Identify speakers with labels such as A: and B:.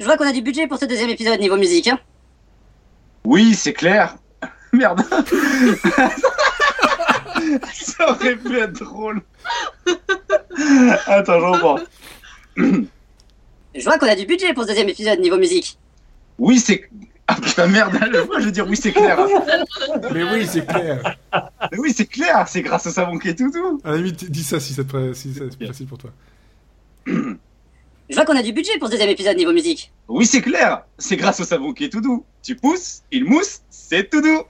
A: je vois qu'on a du budget pour ce deuxième épisode niveau musique. Hein.
B: Oui, c'est clair. Merde. Ça aurait pu être drôle. Attends, je reprends.
A: Je vois qu'on a du budget pour ce deuxième épisode niveau musique.
B: Oui, c'est. Ah putain, merde, moi je vais dire oui, c'est clair.
C: Mais oui, c'est clair.
B: Mais oui, c'est clair, c'est grâce au savon qui est tout doux.
C: À la limite, dis ça si ça te- si ça- c'est facile pour toi.
A: Je vois qu'on a du budget pour ce deuxième épisode niveau musique.
B: Oui, c'est clair, c'est grâce au savon qui est tout doux. Tu pousses, il mousse, c'est tout doux.